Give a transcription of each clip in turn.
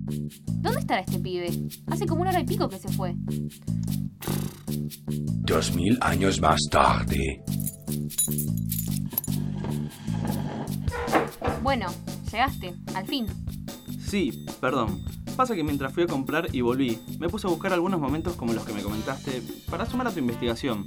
¿Dónde estará este pibe? Hace como una hora y pico que se fue. Dos mil años más tarde. Bueno, llegaste, al fin. Sí, perdón. Pasa que mientras fui a comprar y volví, me puse a buscar algunos momentos como los que me comentaste para sumar a tu investigación.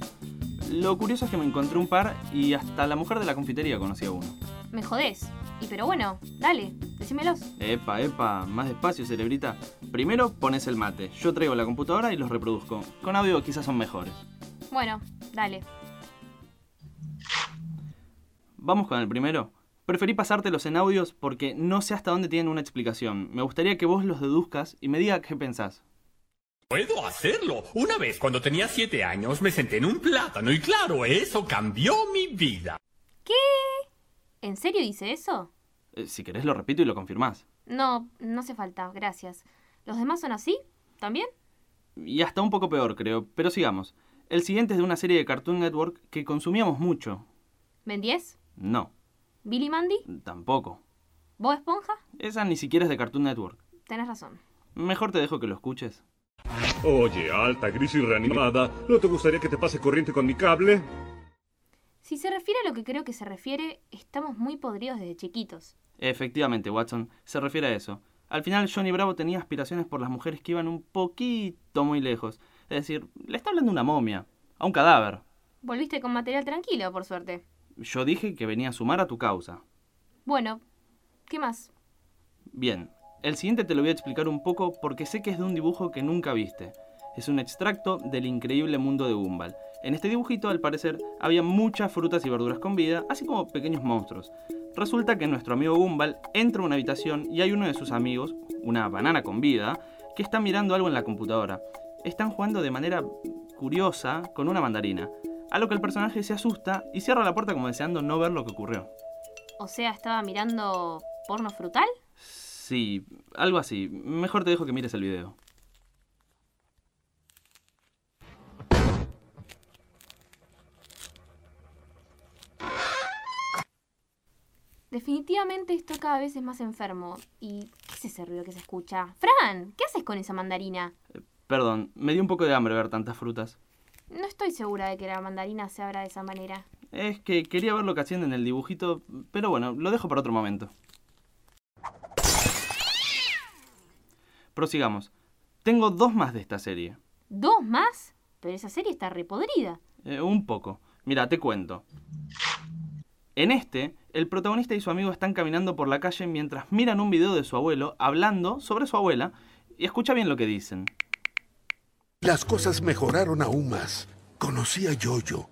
Lo curioso es que me encontré un par y hasta la mujer de la confitería conocía uno. Me jodés. Y pero bueno, dale, decímelos. Epa, epa, más despacio, cerebrita. Primero pones el mate, yo traigo la computadora y los reproduzco. Con audio quizás son mejores. Bueno, dale. Vamos con el primero. Preferí pasártelos en audios porque no sé hasta dónde tienen una explicación. Me gustaría que vos los deduzcas y me diga qué pensás. Puedo hacerlo. Una vez, cuando tenía siete años, me senté en un plátano y claro, eso cambió mi vida. ¿En serio dice eso? Eh, si querés lo repito y lo confirmás. No, no hace falta, gracias. ¿Los demás son así? ¿También? Y hasta un poco peor, creo, pero sigamos. El siguiente es de una serie de Cartoon Network que consumíamos mucho. ¿Ben 10? No, ¿Billy Mandy? tampoco. ¿Vos Esponja? Esa ni siquiera es de Cartoon Network. Tenés razón. Mejor te dejo que lo escuches. Oye, alta, gris y reanimada, ¿no te gustaría que te pase corriente con mi cable? Si se refiere a lo que creo que se refiere, estamos muy podridos desde chiquitos. Efectivamente, Watson, se refiere a eso. Al final Johnny Bravo tenía aspiraciones por las mujeres que iban un poquito muy lejos. Es decir, le está hablando a una momia, a un cadáver. Volviste con material tranquilo, por suerte. Yo dije que venía a sumar a tu causa. Bueno, ¿qué más? Bien, el siguiente te lo voy a explicar un poco porque sé que es de un dibujo que nunca viste. Es un extracto del increíble mundo de Gumball. En este dibujito, al parecer, había muchas frutas y verduras con vida, así como pequeños monstruos. Resulta que nuestro amigo Gumball entra a una habitación y hay uno de sus amigos, una banana con vida, que está mirando algo en la computadora. Están jugando de manera curiosa con una mandarina, a lo que el personaje se asusta y cierra la puerta como deseando no ver lo que ocurrió. O sea, estaba mirando porno frutal. Sí, algo así. Mejor te dejo que mires el video. Definitivamente esto cada vez es más enfermo. ¿Y qué es ese ruido que se escucha? Fran, ¿qué haces con esa mandarina? Perdón, me dio un poco de hambre ver tantas frutas. No estoy segura de que la mandarina se abra de esa manera. Es que quería ver lo que hacían en el dibujito, pero bueno, lo dejo para otro momento. Prosigamos. Tengo dos más de esta serie. ¿Dos más? Pero esa serie está repodrida. Eh, un poco. Mira, te cuento. En este, el protagonista y su amigo están caminando por la calle mientras miran un video de su abuelo hablando sobre su abuela y escucha bien lo que dicen. Las cosas mejoraron aún más. Conocí a Yoyo.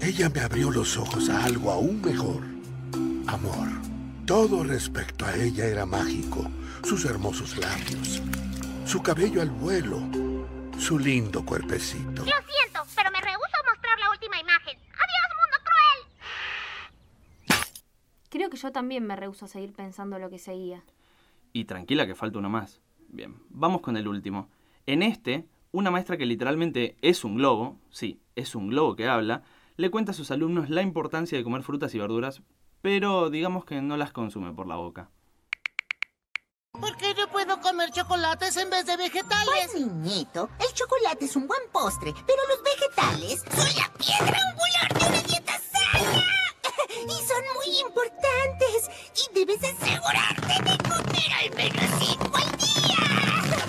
Ella me abrió los ojos a algo aún mejor. Amor. Todo respecto a ella era mágico. Sus hermosos labios. Su cabello al vuelo. Su lindo cuerpecito. Lo siento, pero me rehúso a mostrar la última imagen. ¡Adiós, mundo cruel! Creo que yo también me rehuso a seguir pensando lo que seguía. Y tranquila que falta uno más. Bien, vamos con el último. En este, una maestra que literalmente es un globo, sí, es un globo que habla, le cuenta a sus alumnos la importancia de comer frutas y verduras, pero digamos que no las consume por la boca. ¿Por qué no puedo comer chocolates en vez de vegetales? Pues, niñito, el chocolate es un buen postre, pero los vegetales son la piedra angular de una dieta sana. Y son muy importantes. Y debes asegurarte de comer al menos cinco al día.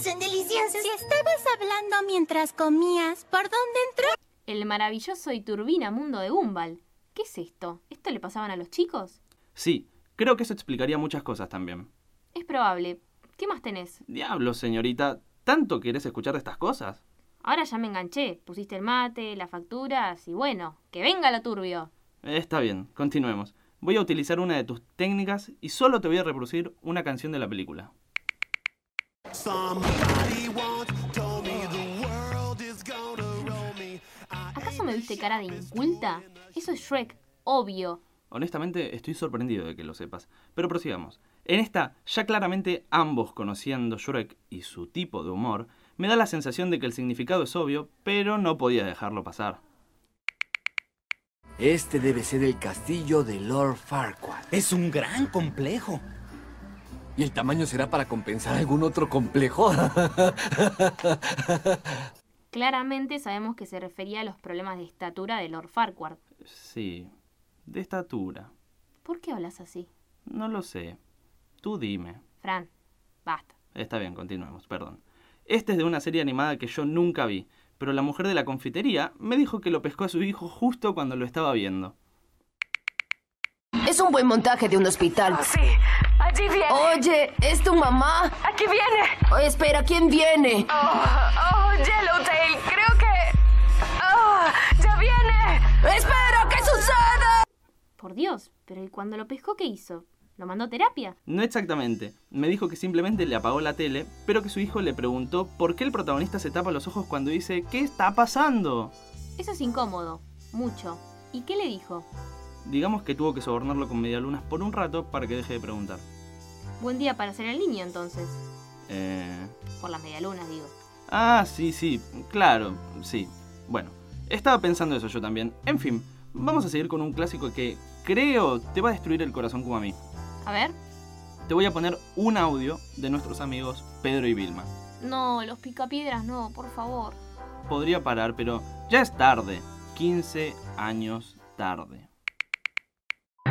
Son deliciosos. Si estabas hablando mientras comías, ¿por dónde entró? El maravilloso y turbina mundo de Gumball. ¿Qué es esto? ¿Esto le pasaban a los chicos? Sí, creo que eso explicaría muchas cosas también. Es probable. ¿Qué más tenés? Diablo, señorita, ¿tanto querés escuchar de estas cosas? Ahora ya me enganché. Pusiste el mate, las facturas y bueno, que venga lo turbio. Eh, Está bien, continuemos. Voy a utilizar una de tus técnicas y solo te voy a reproducir una canción de la película. ¿Acaso me viste cara de inculta? Eso es Shrek, obvio. Honestamente, estoy sorprendido de que lo sepas. Pero prosigamos. En esta, ya claramente ambos conociendo Shrek y su tipo de humor, me da la sensación de que el significado es obvio, pero no podía dejarlo pasar. Este debe ser el castillo de Lord Farquaad. Es un gran complejo. ¿Y el tamaño será para compensar algún otro complejo? Claramente sabemos que se refería a los problemas de estatura de Lord Farquhar. Sí, de estatura. ¿Por qué hablas así? No lo sé. Tú dime. Fran, basta. Está bien, continuemos, perdón. Este es de una serie animada que yo nunca vi, pero la mujer de la confitería me dijo que lo pescó a su hijo justo cuando lo estaba viendo. Es un buen montaje de un hospital. Sí, allí viene. Oye, ¿es tu mamá? Oh, Aquí viene. Oh, espera, ¿quién viene? Oh, oh, Yellowtail, creo que... Oh, ya viene. ¡Espera, qué sucede! Por Dios, pero ¿y cuando lo pescó qué hizo? ¿Lo mandó a terapia? No exactamente. Me dijo que simplemente le apagó la tele, pero que su hijo le preguntó por qué el protagonista se tapa los ojos cuando dice ¿Qué está pasando? Eso es incómodo, mucho. ¿Y qué le dijo? Digamos que tuvo que sobornarlo con medialunas por un rato para que deje de preguntar. Buen día para ser el niño entonces. Eh... Por las medialunas, digo. Ah, sí, sí, claro, sí. Bueno, estaba pensando eso yo también. En fin, vamos a seguir con un clásico que creo te va a destruir el corazón como a mí. A ver. Te voy a poner un audio de nuestros amigos Pedro y Vilma. No, los picapiedras no, por favor. Podría parar, pero ya es tarde. 15 años tarde.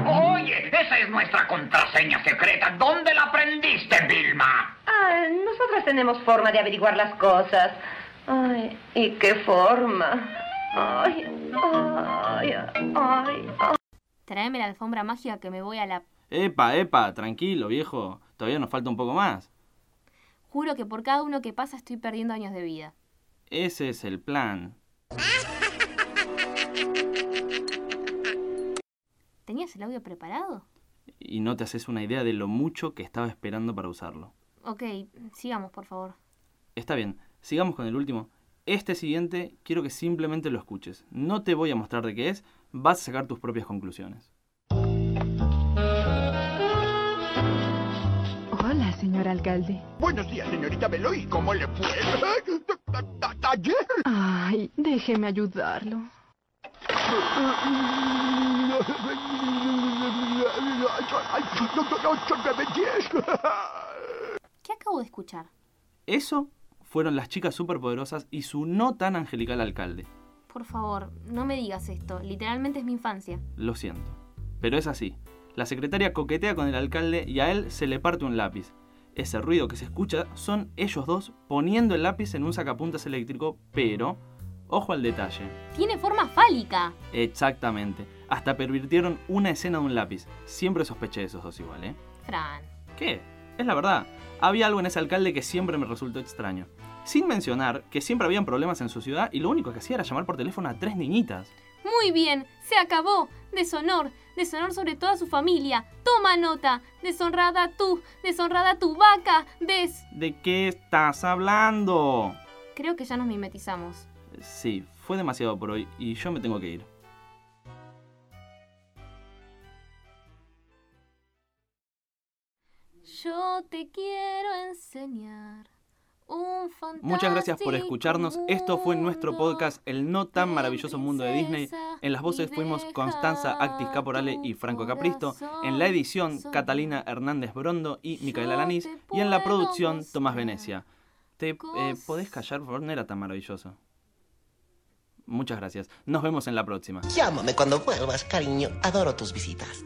Oye, esa es nuestra contraseña secreta. ¿Dónde la aprendiste, Vilma? Ah, nosotras tenemos forma de averiguar las cosas. Ay, ¿y qué forma? Ay, ay, ay, ay. Tráeme la alfombra mágica que me voy a la... Epa, epa, tranquilo, viejo. Todavía nos falta un poco más. Juro que por cada uno que pasa estoy perdiendo años de vida. Ese es el plan. ¿Tenías el audio preparado? Y no te haces una idea de lo mucho que estaba esperando para usarlo. Ok, sigamos, por favor. Está bien, sigamos con el último. Este siguiente quiero que simplemente lo escuches. No te voy a mostrar de qué es, vas a sacar tus propias conclusiones. Hola, señor alcalde. Buenos días, señorita Beloy. ¿Cómo le fue? ¡Ayer! Ay, déjeme ayudarlo. ¿Qué acabo de escuchar? Eso fueron las chicas superpoderosas y su no tan angelical alcalde. Por favor, no me digas esto. Literalmente es mi infancia. Lo siento. Pero es así. La secretaria coquetea con el alcalde y a él se le parte un lápiz. Ese ruido que se escucha son ellos dos poniendo el lápiz en un sacapuntas eléctrico, pero Ojo al detalle. Tiene forma fálica. Exactamente. Hasta pervirtieron una escena de un lápiz. Siempre sospeché de esos dos igual, ¿eh? Fran. ¿Qué? Es la verdad. Había algo en ese alcalde que siempre me resultó extraño. Sin mencionar que siempre habían problemas en su ciudad y lo único que hacía era llamar por teléfono a tres niñitas. Muy bien, se acabó. Deshonor, deshonor sobre toda su familia. Toma nota. Deshonrada tú, deshonrada tu vaca. Des... ¿De qué estás hablando? Creo que ya nos mimetizamos. Sí, fue demasiado por hoy y yo me tengo que ir. Yo te quiero enseñar un fantástico Muchas gracias por escucharnos. Esto fue nuestro podcast El no tan maravilloso mundo de Disney. En las voces fuimos Constanza Actis Caporale y Franco Capristo. En la edición Catalina Hernández Brondo y Micaela Lanis. Y en la producción Tomás Venecia. ¿Te eh, podés callar? Por favor, no era tan maravilloso. Muchas gracias. Nos vemos en la próxima. Llámame cuando vuelvas, cariño. Adoro tus visitas.